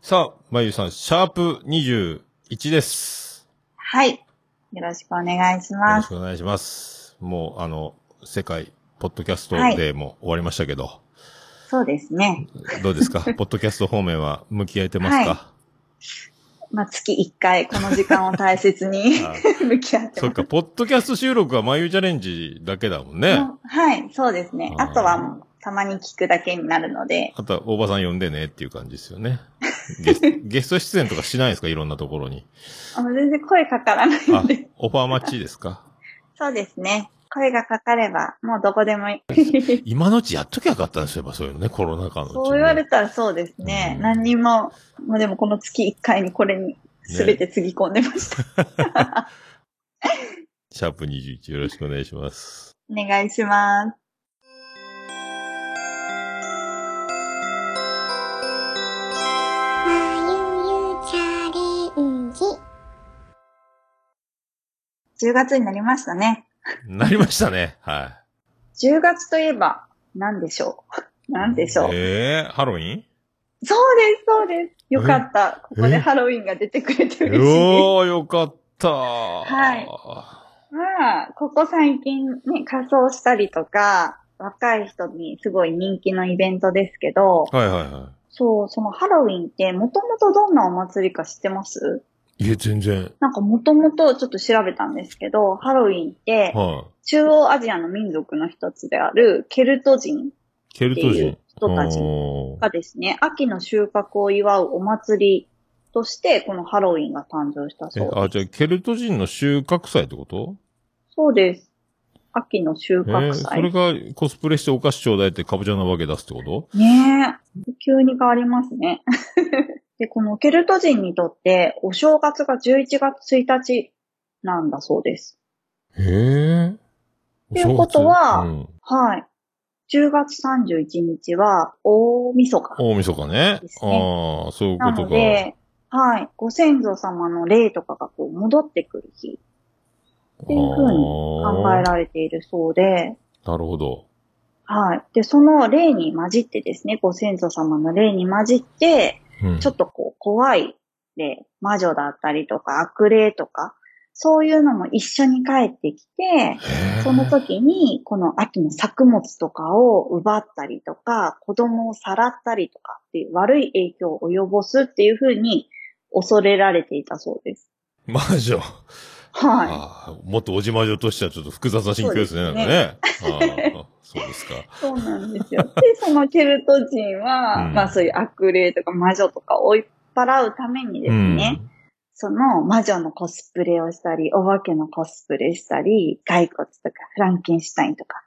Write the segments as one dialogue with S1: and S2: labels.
S1: さあ、まゆさん、シャープ21です。
S2: はい。よろしくお願いし
S1: よろ
S2: ま
S1: し
S2: す。
S1: くお願いします。もう、あの、世界、ポッドキャスト
S2: はい
S1: でも終わりましたけど、
S2: そうですね。
S1: どうです かポッドキャスト方面は向き合えてますか、
S2: まあ、月1回、この時間を大切に
S1: あ
S2: 向き合って
S1: そっ
S2: ます。
S1: か、ポッドキャスト収録はまゆチャレンジだけだもんね。
S2: もうはい、そうですね。
S1: あ
S2: あ
S1: ー
S2: とはもう、たまに聞くだけになるので、
S1: あとは、大場さん呼んでねっていう感じですよ ね。ゲスゲスト出演とかしないんですかいろんなところに。
S2: あの全然声かからない
S1: あ
S2: ので、、
S1: オファー待ちですか
S2: そうですね。声がかかれば、もうどこでもいい。
S1: 今のうちやっときゃよかったんですよ、やっぱそういうのね、コロナ禍のうち、ね。
S2: そう言われたらそうですね。
S1: うん
S2: 何にも、もうでもこの月1回にこれに全てつぎ込んでました。
S1: シャープ21よろしくお願いします。
S2: お願いします。
S3: まゆゆチャレンジ。
S2: 10月になりましたね。
S1: なりましたね。は
S2: 10月といえば、何でしょう
S1: い。
S2: 何でしょう、
S1: ええハロウィン
S2: そうです、そうです。よかった。ここ
S1: え
S2: でハロウィンが出てくれて嬉しいです。
S1: おー、よかった。
S2: いまあ、ここ最近ね、仮装したりとか、若い人にすごい人気のイベントですけど、
S1: はいはいは
S2: そう、そのハロウィンってもともとどんなお祭りか知ってます
S1: い。いえ、全然。
S2: なんかもともとちょっと調べたんですけど、ハロウィンって
S1: は
S2: 中央アジアの民族の一つであるケルト人
S1: い。ケルト
S2: ってい
S1: 人
S2: う。人たち
S1: おー
S2: がですね、秋の収穫を祝うお祭りとして、このハロウィンが誕生したそう
S1: えあ、じゃあ、ケルト人の収穫祭ってこと
S2: そうです。秋の収
S1: え
S2: 穫
S1: そ
S2: 祭。
S1: れがコスプレしてお菓子ちょうだいってカボチャなわけ出すってこと
S2: ねえ。急に変わりますね。 で、このケルト人にとって、お正月が11月1日なんだそうです。
S1: へえ。
S2: ということは
S1: うん、
S2: はい。10月31日は、大晦日。
S1: 大晦日ね。
S2: です
S1: ああ、そういうこ
S2: な
S1: と
S2: の
S1: か。
S2: で、はい。ご先祖様の霊とかがこう戻ってくる日、っていうふうに考え
S1: あ
S2: られているそうで、
S1: ーなるほど。
S2: はい。で、その霊に混じってですね、ご先祖様の霊に混じって、
S1: うん
S2: ちょっとこう、怖い霊、魔女だったりとか、悪霊とか、そういうのも一緒に帰ってきて、
S1: へー
S2: その時に、この秋の作物とかを奪ったりとか、子供をさらったりとかっていう悪い影響を及ぼすっていう風に恐れられていたそうです。
S1: 魔女。
S2: はい。
S1: ああもっとおじまじょとしてはちょっと複雑な心境ですね、なんかね。ああそうですか。
S2: そうなん ですよ。で、そのケルト人は、
S1: うん
S2: まあそういう悪霊とか魔女とかを追い払うためにですね、その魔女のコスプレをしたり、お化けのコスプレしたり、骸骨とかフランケンシュタインとか、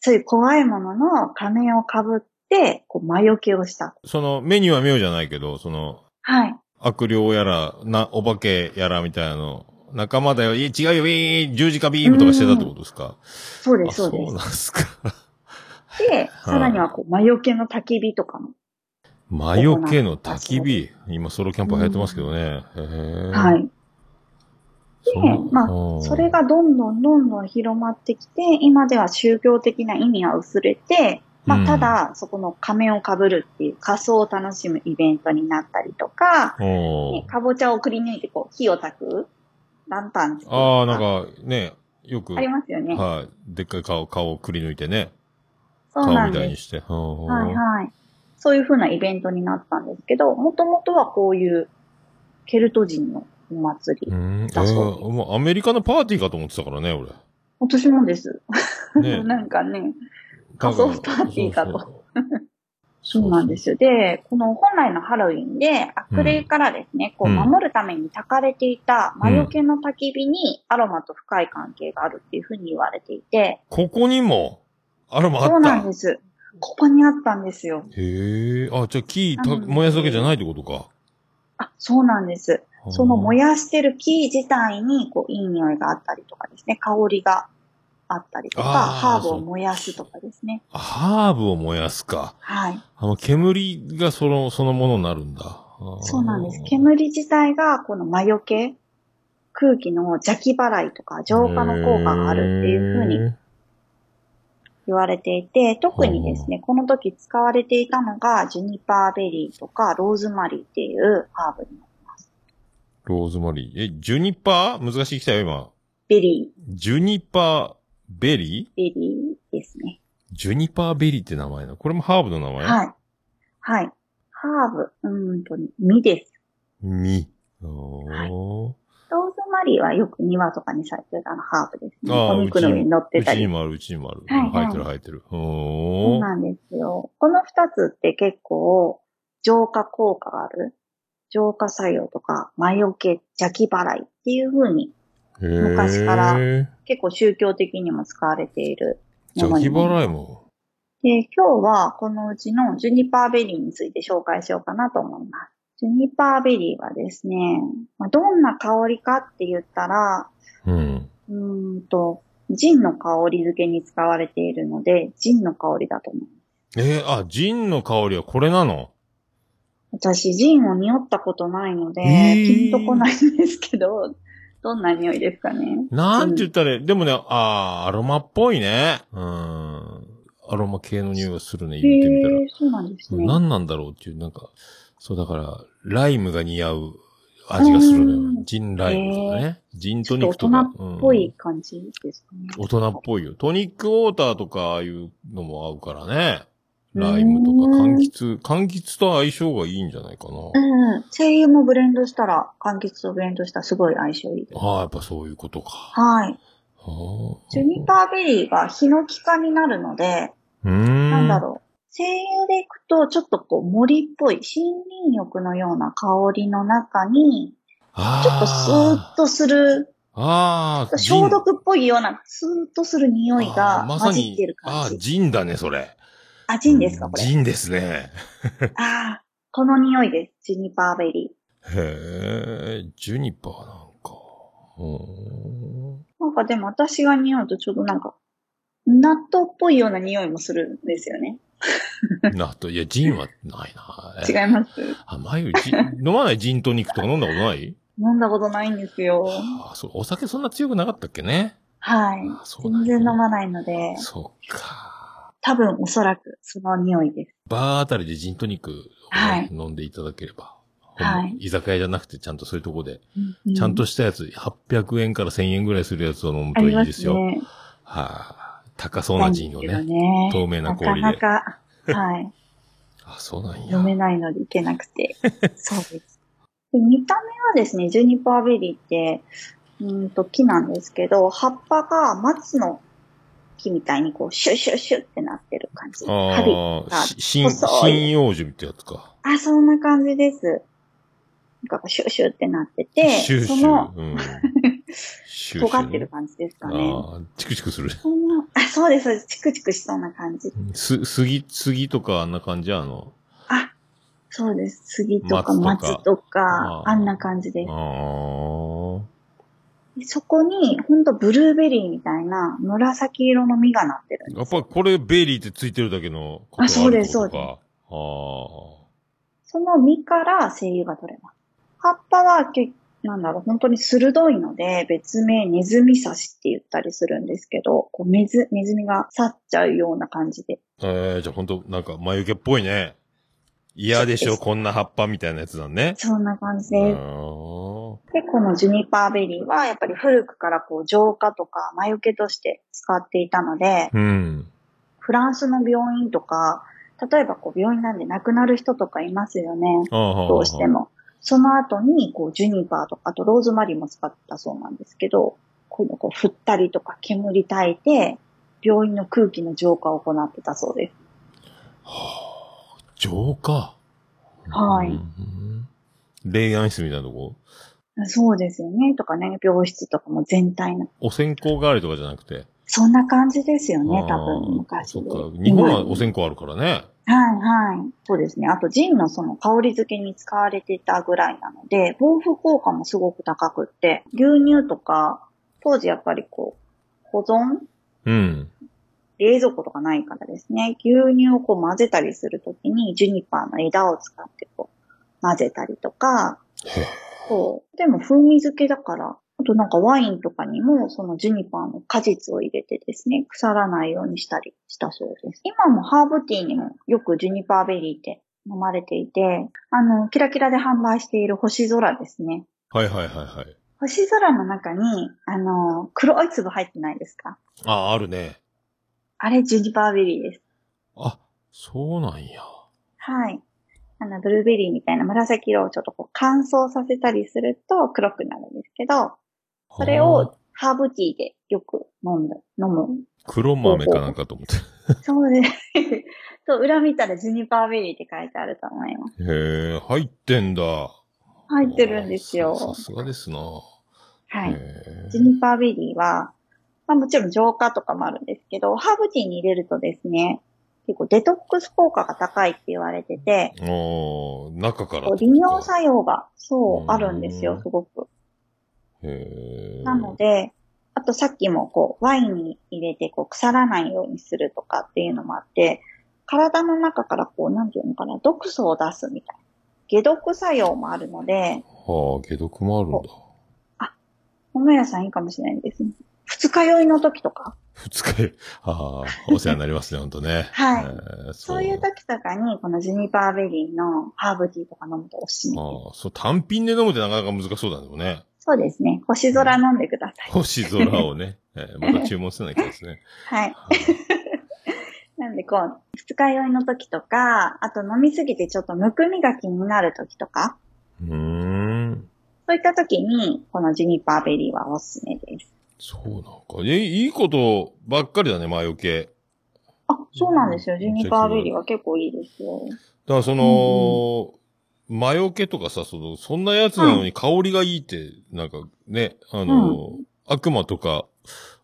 S2: そういう怖いものの仮面をかぶって、こう、魔除けをした。
S1: うん。その、目には妙じゃないけど、その、
S2: はい。
S1: 悪霊やら、な、お化けやらみたいなの、仲間だよ、いや違うよ、ウィーン十字架ビームとかしてたってことですか、
S2: そうで
S1: あ
S2: す、そう
S1: そう
S2: で
S1: なんですか。
S2: す。で、さらにはこう、魔除けの焚き火とかも、
S1: 魔除けの焚き火。今ソロキャンパー流行ってますけどね。へえ
S2: はい。
S1: そんな
S2: でまあ
S1: うん
S2: それがどんどんどんどん広まってきて、今では宗教的な意味は薄れて、ま
S1: うん
S2: あ、ただ、そこの仮面をかぶるっていう仮装を楽しむイベントになったりとか、
S1: うん
S2: ね、かぼちゃをくり抜いてこう、火を焚くランタン作る
S1: ああ、なんか、ね、よく、
S2: ありますよね。
S1: はい、でっかい顔、顔をくり抜いてね。
S2: そう
S1: 顔
S2: なん
S1: みたい
S2: で
S1: に
S2: す。
S1: して。うんうん
S2: はいはい。そういう風なイベントになったんですけど、もともとはこういうケルト人のお祭り。
S1: うん、え
S2: だそうです
S1: ーもうアメリカのパーティーかと思ってたからね、俺。
S2: 私もです。
S1: ね
S2: なんかね、
S1: だ
S2: 仮
S1: から
S2: 想パーティーかと
S1: そうそう。
S2: そうなんですよ。で、この本来のハロウィンで悪霊からですね、
S1: うん
S2: こう守るために焚かれていた魔除けの焚き火にアロマと深い関係があるっていう風に言われていて、
S1: ここにも、あらもあった。
S2: そうなんです。ここにあったんですよ。
S1: へえ、あ、じゃあ木た
S2: なので
S1: 燃やすだけじゃないってことか。
S2: あ、そうなんです。その燃
S1: や、
S2: やしてる木自体に、こう、いい匂いがあったりとかですね、香りがあったりとか、
S1: あー
S2: ハーブ
S1: そ
S2: を
S1: う
S2: 燃やすとかですね。
S1: ハーブを燃やすか。
S2: はい。
S1: あの、煙がその、そのものになるんだ。
S2: そうなんです。
S1: っ
S2: 煙自体が、この魔除け、空気の邪気払いとか浄化の効果があるっていうふうに言われていて、特にですね、この時使われていたのが、ジュニパーベリーとかローズマリーっていうハーブになります。
S1: ローズマリー。え、ジュニパー難しい来たよ、今。
S2: ベリー、
S1: ジュニパーベリ
S2: ベリーですね。
S1: ージュニパーベリーって名前だ。これもハーブの名前
S2: はい。はい。ハーブ、うーんとね、実です。
S1: み。おー。
S2: ローズマリーはよく庭とかに咲いてるあのハーブですね。
S1: あー
S2: お肉の上に乗って
S1: うち
S2: たり
S1: に。もある、うちにもある。
S2: はいはい
S1: 生えてる生えてる。
S2: そう
S1: おー。
S2: なんですよ。この二つって結構、浄化効果がある。浄化作用とか、魔除け、邪気払いっていう風に、
S1: へー
S2: 昔から結構宗教的にも使われている
S1: 邪
S2: ものに
S1: 気
S2: なりま
S1: 払
S2: す
S1: いも。
S2: で、今日はこのうちのジュニパーベリーについて紹介しようかなと思います。ジュニパーベリーはですね、まあ、どんな香りかって言ったら、
S1: うん。
S2: うーんと、ジンの香り付けに使われているので、ジンの香りだと思う。
S1: えー、あ、ジンの香りはこれなの
S2: 私、ジンを匂ったことないので、
S1: えー
S2: ピンとこないんですけど、 どんな匂いですかね。
S1: なんて言ったらいい、でもね、あーアロマっぽいね。うん。アロマ系の匂いがするね、
S2: へ
S1: 言ってみたら
S2: ー、。そうなんですね。
S1: 何なんだろうっていう、なんか、そうだから、ライムが似合う味がするの
S2: う
S1: よ。
S2: ん
S1: ジンライムとかね。ジントニックと
S2: ちょ
S1: か
S2: っ。とっぽい感じですかね
S1: うん。。大人っぽいよ。トニックウォーターとかああいうのも合うからね。ライムとか
S2: うん
S1: 柑橘、柑橘と相性がいいんじゃないかな。
S2: うん。精油もブレンドしたら、柑橘とブレンドしたらすごい相性いいです。
S1: ああ、やっぱそういうことか。
S2: はい。
S1: はあ
S2: ジュニパーベリーがヒノキ科になるので、
S1: うーん。
S2: なんだろう。精油でいくと、ちょっとこう森っぽい、森林浴のような香りの中に、
S1: あ
S2: ちょっとスーッとする、
S1: ああ、ジン
S2: 消毒っぽいような、スーッとする匂い
S1: あー
S2: が
S1: まさ
S2: 混
S1: に
S2: じってる
S1: あ
S2: 感
S1: あ、
S2: じ。
S1: ジンだね、それ。
S2: あ、ジンですか、これ。
S1: ジンですね。
S2: ああ、この匂いです。ジュニパーベリー。
S1: へえ、ジュニパーなんか。う
S2: なんかでも私が匂うとちょっとなんか、納豆っぽいような匂いもするんですよね。
S1: ー ん。なと、いや、ジンはないな。
S2: 違います。
S1: あ、まゆ、ジン飲まないジントニックとか飲んだことない
S2: 飲んだことないんですよ。
S1: あそう、お酒そんな強くなかったっけね。
S2: はい。
S1: あそうな
S2: 全
S1: ん
S2: 然
S1: や
S2: 飲まないので、
S1: そうか。
S2: 多分おそらくその匂いです。
S1: バーあたりでジントニックをね
S2: はい
S1: 飲んでいただければ。
S2: はい
S1: 居酒屋じゃなくて、ちゃんとそういうとこで、
S2: う
S1: ちゃんとしたやつ、800円から1000円ぐらいするやつを飲む
S2: あ
S1: と
S2: り
S1: いい
S2: ま
S1: ですすよ。
S2: ね。
S1: はあ、高そうなジンを
S2: ない
S1: ね。
S2: んですよね
S1: 透明な氷で
S2: なかなか、はい。
S1: あ、そうなんや。
S2: 飲めないのでいけなくて。そうです。で見た目はですね、ジュニパーベリーって、うーんと木なんですけど、葉っぱが松の木みたいにこう、シュッシュッシュッってなってる感じ。針。
S1: あ
S2: が
S1: あ、し針、
S2: 細い
S1: 針葉樹ってやつか。
S2: あ、そんな感じです。なんかシュッシュッってなってて、
S1: シューシ
S2: そ
S1: ュ
S2: の
S1: ー。うん。シューシュー
S2: 尖ってる感じですかね。
S1: ああ、チクチクする。
S2: そんな、あ、そうです、そうです。チクチクしそうな感じ。
S1: す、杉、杉とかあんな感じあの。
S2: あ、そうです。杉とか
S1: 松とか
S2: 松とか
S1: あ、ー
S2: あんな感じです。
S1: あ
S2: でそこに、ほんとブルーベリーみたいな紫色の実がなってるん
S1: あ。や
S2: で
S1: っ
S2: すよ。
S1: ぱこれベリーってついてるだけのことが
S2: あそうです
S1: あるって
S2: その実から精油が取れます。葉っぱはけ、なんだろう、本当に鋭いので、別名ネズミ刺しって言ったりするんですけど、こうネズネズミが去っちゃうような感じで。
S1: ことか。ああ。えー、じゃあほんと、なんか眉毛っぽいね。嫌でし
S2: そう
S1: ょ
S2: です
S1: こんな葉っぱみたいなやつだね。
S2: そんな感じ
S1: う
S2: で
S1: ん。
S2: す。で、このジュニパーベリーは、やっぱり古くからこう浄化とか魔除けとして使っていたので、
S1: うん。
S2: フランスの病院とか、例えばこう病院なんで亡くなる人とかいますよね。
S1: ど
S2: どうして。も。その後に、こう、ジュニパーとか、あとローズマリーも使ったそうなんですけど、こういうのこう、振ったりとか、煙炊いて、病院の空気の浄化を行ってたそうです。
S1: 浄化。
S2: はい
S1: うん。霊安室みたいなとこ
S2: そうですよね。とかね、病室とかも全体の。
S1: お線香代わりとかじゃなくて。
S2: そんな感じですよね、
S1: あ
S2: 多
S1: ー
S2: 分、昔
S1: そっ
S2: で。
S1: か。日本は
S2: 今
S1: お線香あるからね。
S2: はいはい。そうですね。あと、ジンのその香り付けに使われてたぐらいなので、防腐効果もすごく高くって、牛乳とか、当時やっぱりこう、保存
S1: うん。
S2: 冷蔵庫とかないからですね、牛乳をこう混ぜたりするときに、ジュニパーの枝を使ってこう、混ぜたりとか
S1: へえ、
S2: そう。でも風味付けだから、となんかワインとかにも、そのジュニパーの果実を入れてですね、腐らないようにしたりしたそうです。今もハーブティーにもよくジュニパーベリーって飲まれていて、あの、キラキラで販売している星空ですね。
S1: はいはいはいはい。
S2: 星空の中に、あの、黒い粒入ってないですか
S1: あ、あるね。
S2: あれ、ジュニパーベリーです。
S1: あ、そうなんや。
S2: はい。あの、ブルーベリーみたいな紫色をちょっとこう乾燥させたりすると黒くなるんですけど、それ
S1: はあ
S2: をハーブティーでよく飲む、飲む。
S1: 黒豆かなんかと思って。
S2: そうです。 そう、裏見たらジュニパーベリーって書いてあると思います。
S1: へえ、入ってんだ。
S2: 入ってるんです
S1: あー
S2: よ
S1: さ。すがですな。
S2: は
S1: へ
S2: い。
S1: え
S2: ジュニパーベリーは、まあもちろん浄化とかもあるんですけど、ハーブティーに入れるとですね、結構デトックス効果が高いって言われてて、
S1: おー中から
S2: こう利尿作用が、そうう、
S1: ん
S2: あるんですよ、すごく。
S1: へえ
S2: なので、あとさっきもこう、ワインに入れてこう、腐らないようにするとかっていうのもあって、体の中からこう、なんていうのかな、毒素を出すみたいな。解毒作用もあるので、
S1: はあ、解毒もあるんだ。
S2: 桃屋さんいいかもしれないですね。二日酔いの時とか、
S1: 二日酔い。ああ、お世話になりますね、ほんとね。
S2: はい
S1: へえ
S2: そういう時とかに、このジュニパーベリーのハーブティーとか飲むとおすすめです。
S1: ああ、そう、単品で飲むってなかなか難しそうだけどね。
S2: そうですね。星空飲んでください。
S1: 星空を ね、えーまた注文せなきゃですね。
S2: はい。
S1: は い
S2: なんでこう、二日酔いの時とか、あと飲みすぎてちょっとむくみが気になる時とか、
S1: うーん。
S2: そういった時に、このジュニパーベリーはおすすめです。
S1: そうなんか。え、いいことばっかりだね、前置け。だか
S2: あ、そうなんですよ。
S1: うん
S2: ジュニパーベリーは結構いいですよ。
S1: らその、魔除けとかさ、その、そんなやつなのに香りがいいって、なんかね、あの、悪魔とか、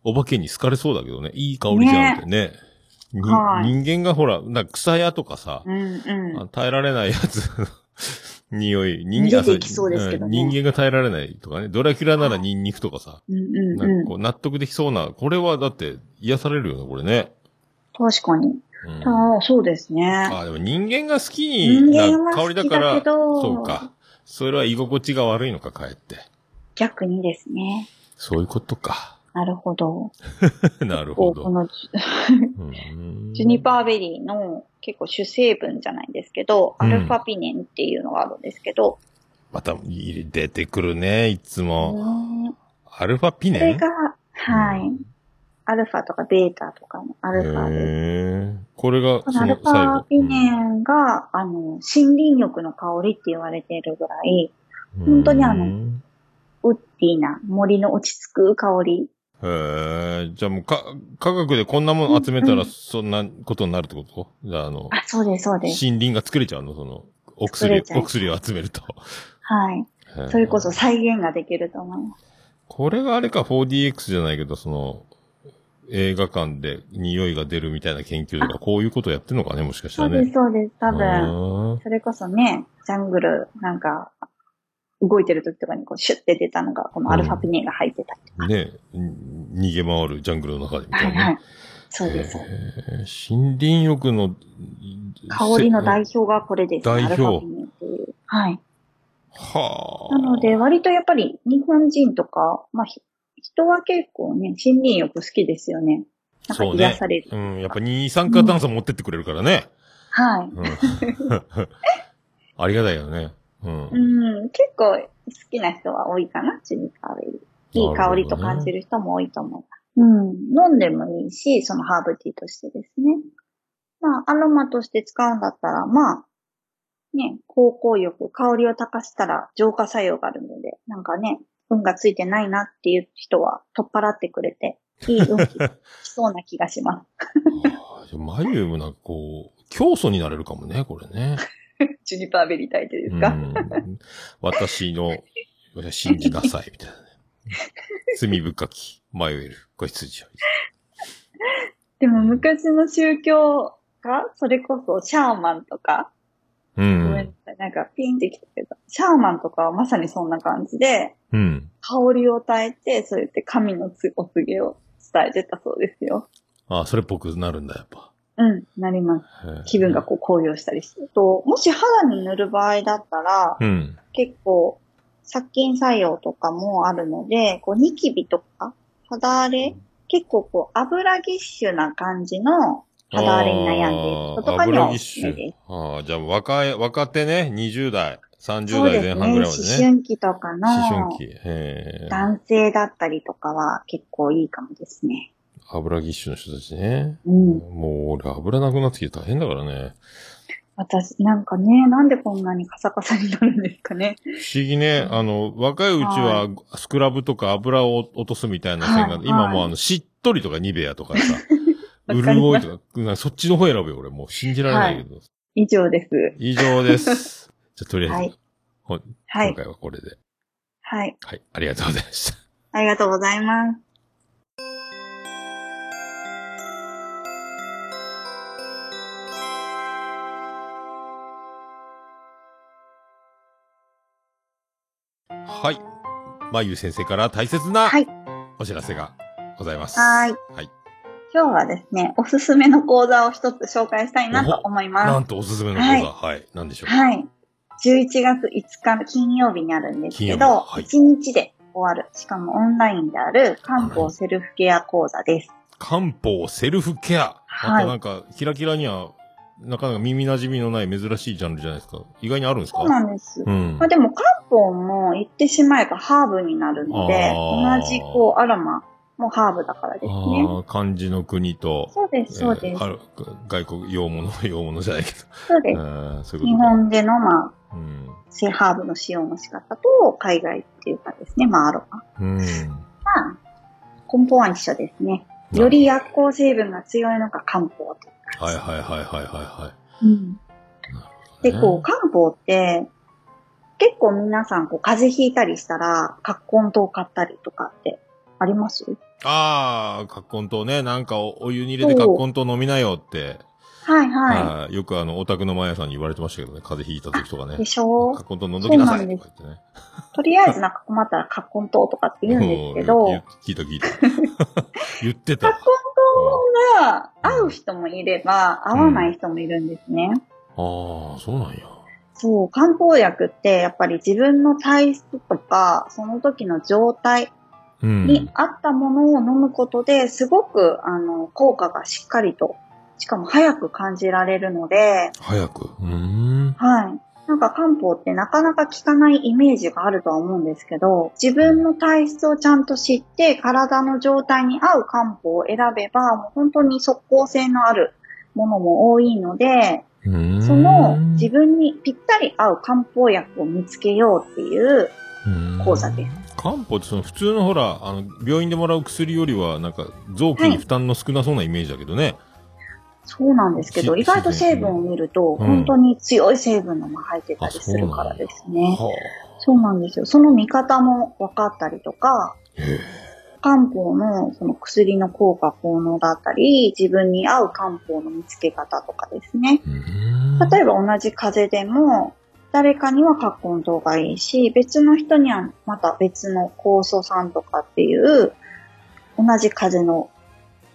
S1: お化けに好かれそうだけどね、いい香りじゃんってね。に
S2: はい
S1: 人間がほら、なんか草屋とかさ、
S2: うんうん。
S1: あ耐えられないやつの 匂い。人
S2: 逃げ
S1: 間
S2: てきそうですけどね
S1: うん人間が耐えられないとかね。ドラキュラならニンニクとかさ。
S2: うんうん
S1: なんか
S2: う
S1: こう納得できそうな。これはだって癒されるよね、これね。
S2: ん。確かに。
S1: うん、
S2: ああ、そうですね。
S1: あ、でも人間が好き
S2: 人
S1: な
S2: 間は
S1: 香
S2: 好
S1: りだ
S2: き
S1: か
S2: だ
S1: ら、
S2: けど、
S1: そうか。。それは居心地が悪いのか、かえって。
S2: 逆にですね。
S1: そういうことか。
S2: なるほど。
S1: なる
S2: こ
S1: ほ
S2: うこ
S1: ど。
S2: のジュジュニパーベリーの結構主成分じゃないんですけど、
S1: う
S2: ア
S1: ん
S2: ルファピネンっていうのがあるんですけど、
S1: ー。また、い出てくるね、いつも。
S2: うん
S1: アルファピ
S2: これ
S1: ネン
S2: が、は
S1: う
S2: い
S1: ん。
S2: アルファとかベータとかのアルファです。
S1: へーこれが、
S2: こ
S1: そ
S2: のアル
S1: の
S2: フ
S1: 最
S2: ァ
S1: 後。
S2: ピネンが、あの、森林浴の香りって言われているぐらい、
S1: うん
S2: 本当にあの
S1: うん
S2: ウッディな森の落ち着く香り。
S1: へえ、じゃあもうか、科学でこんなもの集めた
S2: うんう
S1: ら
S2: ん
S1: そんなことになるってこと、じゃあ、あの、
S2: あ、そうです、そうです。
S1: 森林が作れちゃうのその、お
S2: 作
S1: 薬
S2: れ、ちゃう
S1: お薬を集めると。
S2: はい。
S1: へえ
S2: それこそ。再現ができると思います。
S1: これがあれか、4DX じゃないけど、その、映画館で匂いが出るみたいな研究とか、こういうことやってるのかね、もしかした
S2: そう
S1: らね。
S2: です、そうです。多分、
S1: 分。
S2: それこそね、ジャングル、なんか、動いてる時とかにこうシュッて出たのが、このアルファピネンが入ってたりとか。
S1: ね、ん逃げ回るジャングルの中でみた
S2: はいい
S1: な
S2: は
S1: ね。
S2: い。そうです。
S1: へえ森林浴の、
S2: 香りの代表がこれです。
S1: 代
S2: ア
S1: 表
S2: ルファピネンっていう。はい。
S1: はあ。
S2: なので、割とやっぱり日本人とか、まあ、ひ人は結構ね、森林浴好きですよね。なんか
S1: そうね
S2: 癒される。
S1: うん、やっぱ二酸化炭素持ってってくれるからね。
S2: はい。
S1: うん。 ありがたいよね。うん。
S2: うん、結構好きな人は多いかな、チュニカーベリー。いい香りと感じ
S1: る。
S2: る人も多いと思います。うん、飲んでもいいし、そのハーブティーとしてですね。まあ、アロマとして使うんだったら、まあ、ね、高校浴、香りを高したら浄化作用があるので、なんかね、運がついてないなっていう人は取っ払ってくれて、いい運気がしそうな気がし ます。
S1: あーじゃあマリウムなんかこう、教祖になれるかもね、これね。
S2: チュニパーベリー大手で
S1: う
S2: すか、
S1: ん、私の、信じなさい、みたいなね。 罪深き、迷える、子羊を。
S2: でも昔の宗教が、それこそシャーマンとか、
S1: う。
S2: ごめんなんさい、なんかピンってきたけど、シャーマンとかはまさにそんな感じで、
S1: うん。
S2: 香りを与えて、そうやって神のつお告げを伝えてたそうですよ。
S1: あーそれっぽくなるんだ、やっぱ。
S2: うん、なります。
S1: へー
S2: 気分が。こう高揚したりして。と、もし肌に塗る場合だったら、
S1: うん。
S2: 結構、殺菌作用とかもあるので、こう、ニキビとか、肌荒れ、結構こう、油ぎっしゅな感じの肌荒れに悩んでいる人とかにはおすすめです。
S1: ああ、じゃあ若い、若手ね、20代、30
S2: そうで
S1: 代
S2: す
S1: 前
S2: ね。
S1: 半ぐ
S2: 思
S1: らいまでね。
S2: 春期とか
S1: 思
S2: の
S1: 春期。へえ。
S2: 男性だったりとかは結構いいかもですね。
S1: 油ぎっしゅの人たちね。
S2: うん。
S1: もう俺油なくなってきて大変だからね。
S2: 私、なんかね、なんでこんなにカサカサになるんですかね。
S1: 不思議ね。あの、若いうちはスクラブとか油を落とすみたいな線が、
S2: はい
S1: 今
S2: はい
S1: もうあの、しっとりとかニベアとか さ、
S2: わかります
S1: 潤いとか、なんかそっちの方選ぶよ、俺。もう信じられないけど。
S2: 以上です。
S1: 以上です。じゃあ、とりあえず、
S2: はい
S1: ほん
S2: は
S1: 今
S2: い。
S1: 回はこれで。
S2: はい。
S1: はい、ありがとうございました。
S2: ありがとうございます。
S1: はい。まゆ先生から大切な
S2: はい
S1: お知らせがございます。
S2: はーい。
S1: はい。
S2: 今日はですね、おすすめの講座を一つ紹介したいなと思い
S1: な
S2: ま
S1: んとおすすめの講座、は、
S2: はいい
S1: なんでし
S2: す。
S1: ょう。
S2: はい。11月5日金曜日にあるんですけ
S1: 金曜
S2: ど、
S1: 日はい
S2: 1日で終わる、しかもオンラインである漢方セルフケア講座です。
S1: 漢方セルフケア。ま
S2: はい
S1: たなんか、キラキラには、なかなか耳馴染みのない珍しいジャンルじゃないですか。意外にあるんですか
S2: そうなんです。
S1: うん
S2: まあでも漢方も言ってしまえばハーブになるので、
S1: あー
S2: 同じこうアロマもハーブだからですね。
S1: ああ、漢字の国と、
S2: そうです、そう
S1: え
S2: で
S1: ー
S2: す
S1: あ。る外国、洋物、洋物じゃないけど。
S2: そうです。
S1: うんそういう
S2: 日
S1: ことか
S2: 本でのまあ、
S1: うん。
S2: セハーブの使用の仕方と、海外っていうかですね、まあアロマ。
S1: うん。
S2: まあ、根本は一緒ですね。より薬効成分が強いのが漢方と。
S1: はいはいはいはいはいは
S2: うん、
S1: い。
S2: で、こう、
S1: ね
S2: 漢方って、結構皆さん、こう、風邪ひいたりしたら、葛根湯買ったりとかってあります
S1: ああ、カッコン糖ね、なんかおお湯に入れてカッコン糖飲みなよって、
S2: はいは
S1: はいよくあの、お宅のマヤさんに言われてましたけどね、風邪ひいた時とか
S2: い。
S1: ね
S2: で、し
S1: カ
S2: ょ
S1: ッコン糖飲んどきなさいとか言ってね。
S2: とりあえずなんか困ったら葛根湯とかって言うんですけ
S1: うん
S2: ど、
S1: 聞いた聞い た。言って た。
S2: 葛根湯が合う人もいれば、合わない人もいるんですね。
S1: ああ、そうなんや。
S2: そう、漢方薬ってやっぱり自分の体質とか、その時の状態
S1: うん。
S2: に合ったものを飲むことですごく、あの、効果がしっかりと、しかも早く感じられるので、
S1: 早く。うーん。
S2: はい。なんか漢方ってなかなか効かないイメージがあるとは思うんですけど、自分の体質をちゃんと知って、体の状態に合う漢方を選べば、もう本当に即効性のあるものも多いので、
S1: うーん。
S2: その自分にぴったり合う漢方薬を見つけようっていう、講座です
S1: 漢方ってその普通のほら、あの、病院でもらう薬よりは、なんか、臓器に負担の少なそうなイメージだけどね。
S2: そうなんですけど、
S1: し
S2: 意外と成分を見ると、
S1: うん
S2: 本当に強い成分のも入ってたりするからですね。
S1: は
S2: そうなんですよ。その見方も分かったりとか、漢方のその薬の効果、効能だったり、自分に合う漢方の見つけ方とかですね。
S1: あ。うーん
S2: 例えば同じ風邪でも、誰かには葛根糖がいいし、別の人にはまた別の酵素酸とかっていう、同じ風邪の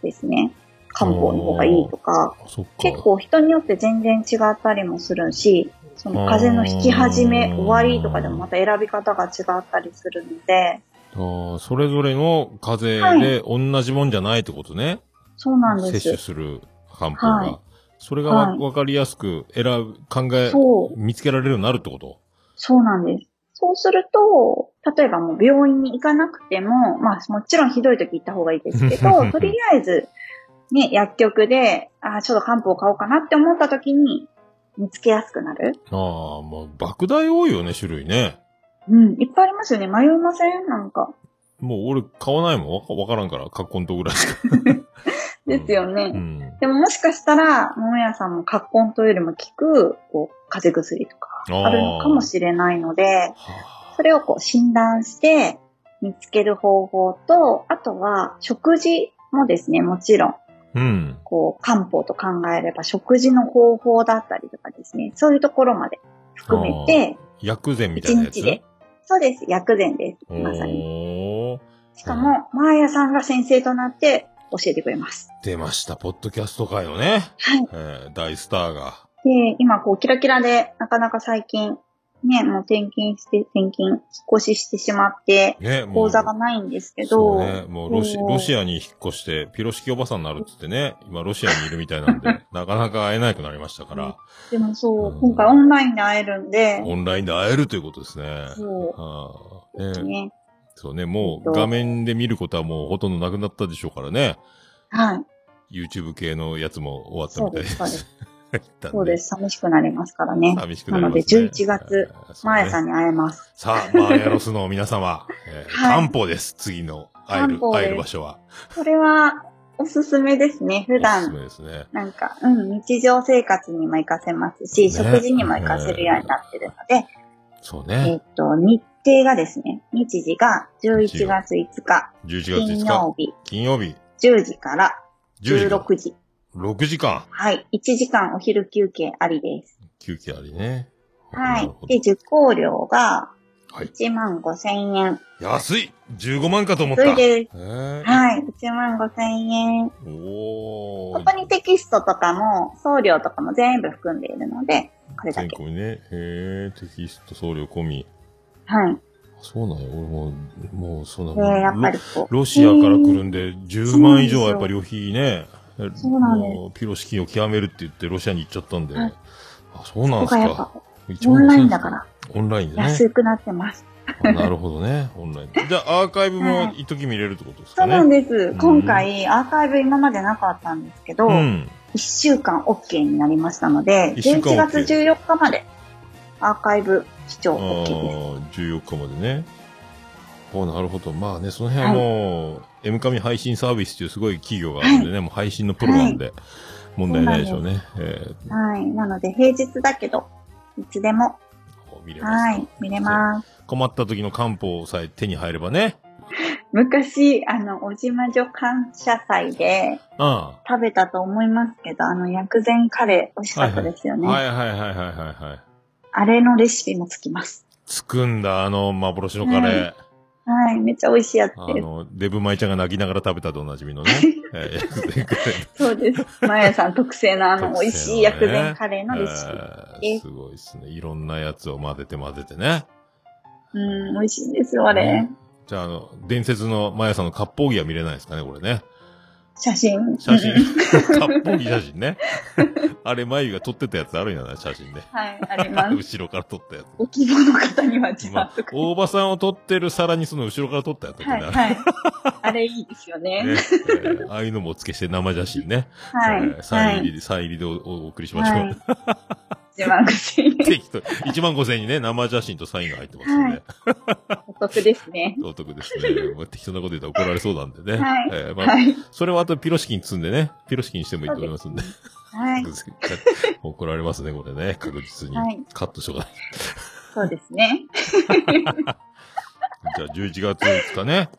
S2: ですね、漢方の方がいいとか、
S1: あそっか。
S2: 結構人によって全然違ったりもするし、その風邪の引き始め、
S1: うん
S2: 終わりとかでもまた選び方が違ったりするので、
S1: ああ、それぞれの風邪で同じもんじゃないってことね。
S2: そうなんで
S1: 摂取
S2: す。
S1: する漢方が。
S2: はい
S1: それがわ、
S2: はい
S1: わかりやすく選ぶ、考え、
S2: そう、
S1: 見つけられるようになるってこと
S2: そうなんです。そうすると、例えばもう病院に行かなくても、まあもちろんひどい時行った方がいいですけ ど、とりあえず、ね、薬局で、あーちょっと漢方買おうかなって思った時に見つけやすくなる。
S1: ああ、もう、莫大多いよね、種類ね。
S2: うん、いっぱいありますよね。迷いませんなんか。
S1: もう俺買わないもん。わかわからんから、カッコンとぐらいしか。
S2: ですよね。
S1: うん。
S2: でももしかしたら、桃屋さんも葛根とよりも効く、こう、風邪薬とか
S1: あー
S2: あるのかもしれないので、
S1: は
S2: それをこう診断して見つける方法と、あとは食事もですね、もちろん、
S1: あうん。
S2: こう、漢方と考えれば食事の方法だったりとかですね、そういうところまで含めて、
S1: 薬膳みたいな
S2: 1
S1: やつ。
S2: 日で。そうです、薬膳です。まさに。
S1: おー。
S2: しかも、マーヤさんが先生となって教えてくれます。
S1: 出ました、ポッドキャスト界のね。
S2: はい。
S1: えー、大スターが。
S2: で、今こうキラキラで、なかなか最近ね、もう転勤して、転勤、引っ越ししてしまって、
S1: ね、もう。
S2: 口座がないんですけ
S1: そう
S2: ど、
S1: ね。もうロシ、
S2: うん
S1: ロシアに引っ越して、ピロシキおばさんになるっつってね、今ロシアにいるみたいなん で、なかなか会えなくなりましたから、
S2: でもそう、
S1: うん
S2: 今回オンラインで会えるんで、
S1: オンラインで会えるということですね。
S2: そ
S1: は
S2: う、
S1: あね、
S2: ね。
S1: そうね、もう画面で見ることはもうほとんどなくなったでしょうからね。
S2: はい。
S1: YouTube 系のやつも終わった
S2: そ
S1: み
S2: う
S1: たい
S2: で、
S1: ですす。
S2: そうです。
S1: す
S2: そうです。寂しくなりますからね。
S1: 寂しくなります、ね。
S2: なので11月
S1: あー、そう
S2: マ
S1: ね
S2: ヤさんに会えます。
S1: さあ、マーヤロスの皆 様、えー
S2: はい
S1: 漢方です。次の会える
S2: 漢、方です
S1: 会える場所は。
S2: これは、おすすめですね。普
S1: おすす
S2: 段、
S1: めですね。
S2: なんか、うん、日常生活にも活かせますし、
S1: ね
S2: 食事にも活かせるようになってるので、
S1: そう
S2: え
S1: ね
S2: っ。と、日程がですね、日時が11月5日、
S1: 11月5日、
S2: 金曜日、
S1: 金曜日、
S2: 10時から
S1: 10時から
S2: 16時。
S1: 6時間、
S2: はい。1時間お昼休憩ありです。
S1: 休憩ありね。
S2: は
S1: ないるほ。ど
S2: で、受講料が
S1: はい
S2: 1万5千円。
S1: 安い !15 万かと思った。
S2: それで、
S1: えー
S2: はい。1万5千円。
S1: お
S2: こ
S1: ー。
S2: こにテキストとかも、送料とかも全部含んでいるので、これだ
S1: 全
S2: け。
S1: 国ね。へー、テキスト、送料込み。
S2: はい。
S1: そうなんよ。俺もう、もう、そんな
S2: で、やっぱりこう。
S1: ロロシアから来
S2: へー
S1: るんで、10万以上はやっぱり旅費ね。
S2: そうなんです
S1: もうピロ資金を極めるって言って、ロシアに行っちゃったんで。
S2: はい
S1: あ、そうなん
S2: ここ
S1: す
S2: がやっ
S1: か
S2: ぱ。
S1: 一
S2: オ
S1: 万五
S2: ンラ
S1: 千
S2: イ
S1: 円
S2: ンだから
S1: オンラインでね。
S2: 安くなってます。
S1: あなるほどね。オンライン。じゃあ、アーカイブも一時見れるってことです
S2: そ
S1: か
S2: う
S1: ね。
S2: なん
S1: で
S2: です。今回、アーカイブ今までなかったんですけど、
S1: うん。
S2: 1週間 OK になりましたので、
S1: 一週間 OK
S2: 11月14日までアーカイブ視聴
S1: ああ
S2: OK です。
S1: ー、14日までね。おなるほど。まあね、その辺はもう、M カミ配信サービスというすごい企業があるんでね、もう配信のプロなんで、問題ないでしょうね。え
S2: はい。なので、平日だけど、いつでも、
S1: ー見れます。
S2: はい、見れます。
S1: 困った時の漢方さえ手に入ればね。
S2: 昔、あの、小島女感謝祭で
S1: うん。は
S2: 食べたと思いますけど、あの、薬膳カレー美味しかったですよ
S1: い
S2: ね。
S1: はいはいはいはいはい。
S2: あれのレシピもつきます。
S1: つくんだ、あの、幻のカレー。
S2: はい、めっちゃ美味しいやつ
S1: あ
S2: です。
S1: の、デブマイちゃんが泣きながら食べたとおなじみのね。えー薬膳カレー
S2: そうです。まやさん特製のあの、
S1: 特製のね
S2: 美味しい薬膳カレーのレシ
S1: えーすごいですね。いろんなやつを混ぜて混ぜてね。
S2: ピ。うん、美味しいんですよ、あれ。
S1: じゃあ、あの、伝説のマヤさんの割烹着は見れないですかね、これね。
S2: 写真。
S1: 写
S2: う
S1: 真
S2: ん。
S1: 割烹着写真ね。 あれ、眉が撮ってたやつあるんやな、写真ね。
S2: はい、あります。
S1: 後ろから撮ったやつ。
S2: ご希望の方には、ちゃん
S1: まあ
S2: と。、
S1: 大場さんを撮ってる皿にその後ろから撮ったやつだ
S2: はい、
S1: ね
S2: はい。あれいいですよ
S1: あ
S2: ね。
S1: れねえーああいうのもお付けして生写真ね。
S2: は
S1: えー
S2: い。
S1: サイン
S2: は
S1: 入
S2: い。
S1: り、サイン入りでおお送りしましょう。
S2: はい、1万5000円。
S1: 適当。1万5000円にね、生写真とサインが入ってますんで。
S2: はいお得ですね。
S1: お得ですね。もう適当なこと言ったら怒られそうなんでね。
S2: はい
S1: えーまあ
S2: はい。
S1: それはあとピロシキン積んでね、ピロシキンしてもいいと思いますんで。
S2: はい。
S1: 怒られますね、これね。確実に
S2: はい。
S1: カットしとかない。
S2: そうですね。
S1: じゃあ11月5日ね。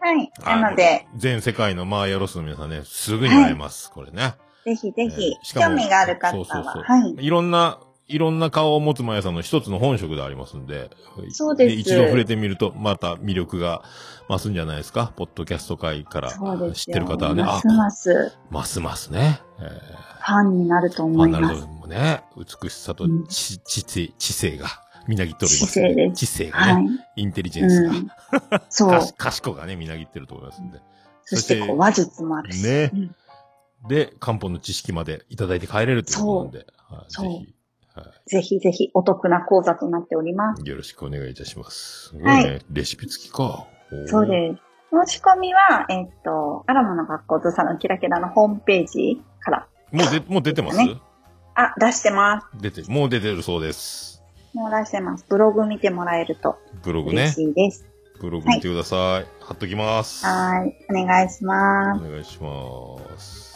S2: はい。
S1: あ
S2: なので、
S1: 全世界のマーヤロスの皆さんね、すぐに会えます。これね。
S2: ぜひぜひ
S1: え、ーしか
S2: 興
S1: も
S2: 味がある方
S1: そうそうそう
S2: は、はい。
S1: いろんな、いろんな顔を持つマーヤさんの一つの本職でありますんで。
S2: そうです
S1: 一度触れてみると、また魅力が増すんじゃないですか。ポッドキャスト界から
S2: そうですよ。
S1: 知ってる方はね。あ
S2: ますます
S1: ますますね。えー
S2: ファンになると
S1: ファ
S2: 思
S1: ン
S2: い
S1: なる
S2: ま
S1: 部
S2: す。
S1: 分もね、美しさと
S2: うん
S1: 知知性、知性が、みなぎっております。
S2: 知性です
S1: 知性が
S2: は
S1: ね、
S2: い。
S1: インテリジェンス
S2: う
S1: が、
S2: ん。そう
S1: か。し賢がね、みなぎってると思いますんで。
S2: そして、こう、話術もあるし。
S1: ね
S2: うん
S1: で、漢方の知識までいただいて帰れるということなんで、はい
S2: そう
S1: ぜひ、は
S2: ぜひぜひお得な講座となっております。
S1: い、よろしくお願いいたします。すごいね。
S2: はい
S1: レシピ付きか。
S2: そうです。申し込みは、えっと、アラモの学校とさのキラキラのホームページから、
S1: す。もうで、もう出てます、
S2: ねあ、出してます。
S1: 出て、もう出てるそうです。
S2: もう出してます。ブログ見てもらえると
S1: ブログ
S2: 嬉
S1: ね。
S2: しいです。
S1: ブログ見てください。貼っときます。
S2: はーい。お願いします。
S1: お願いします。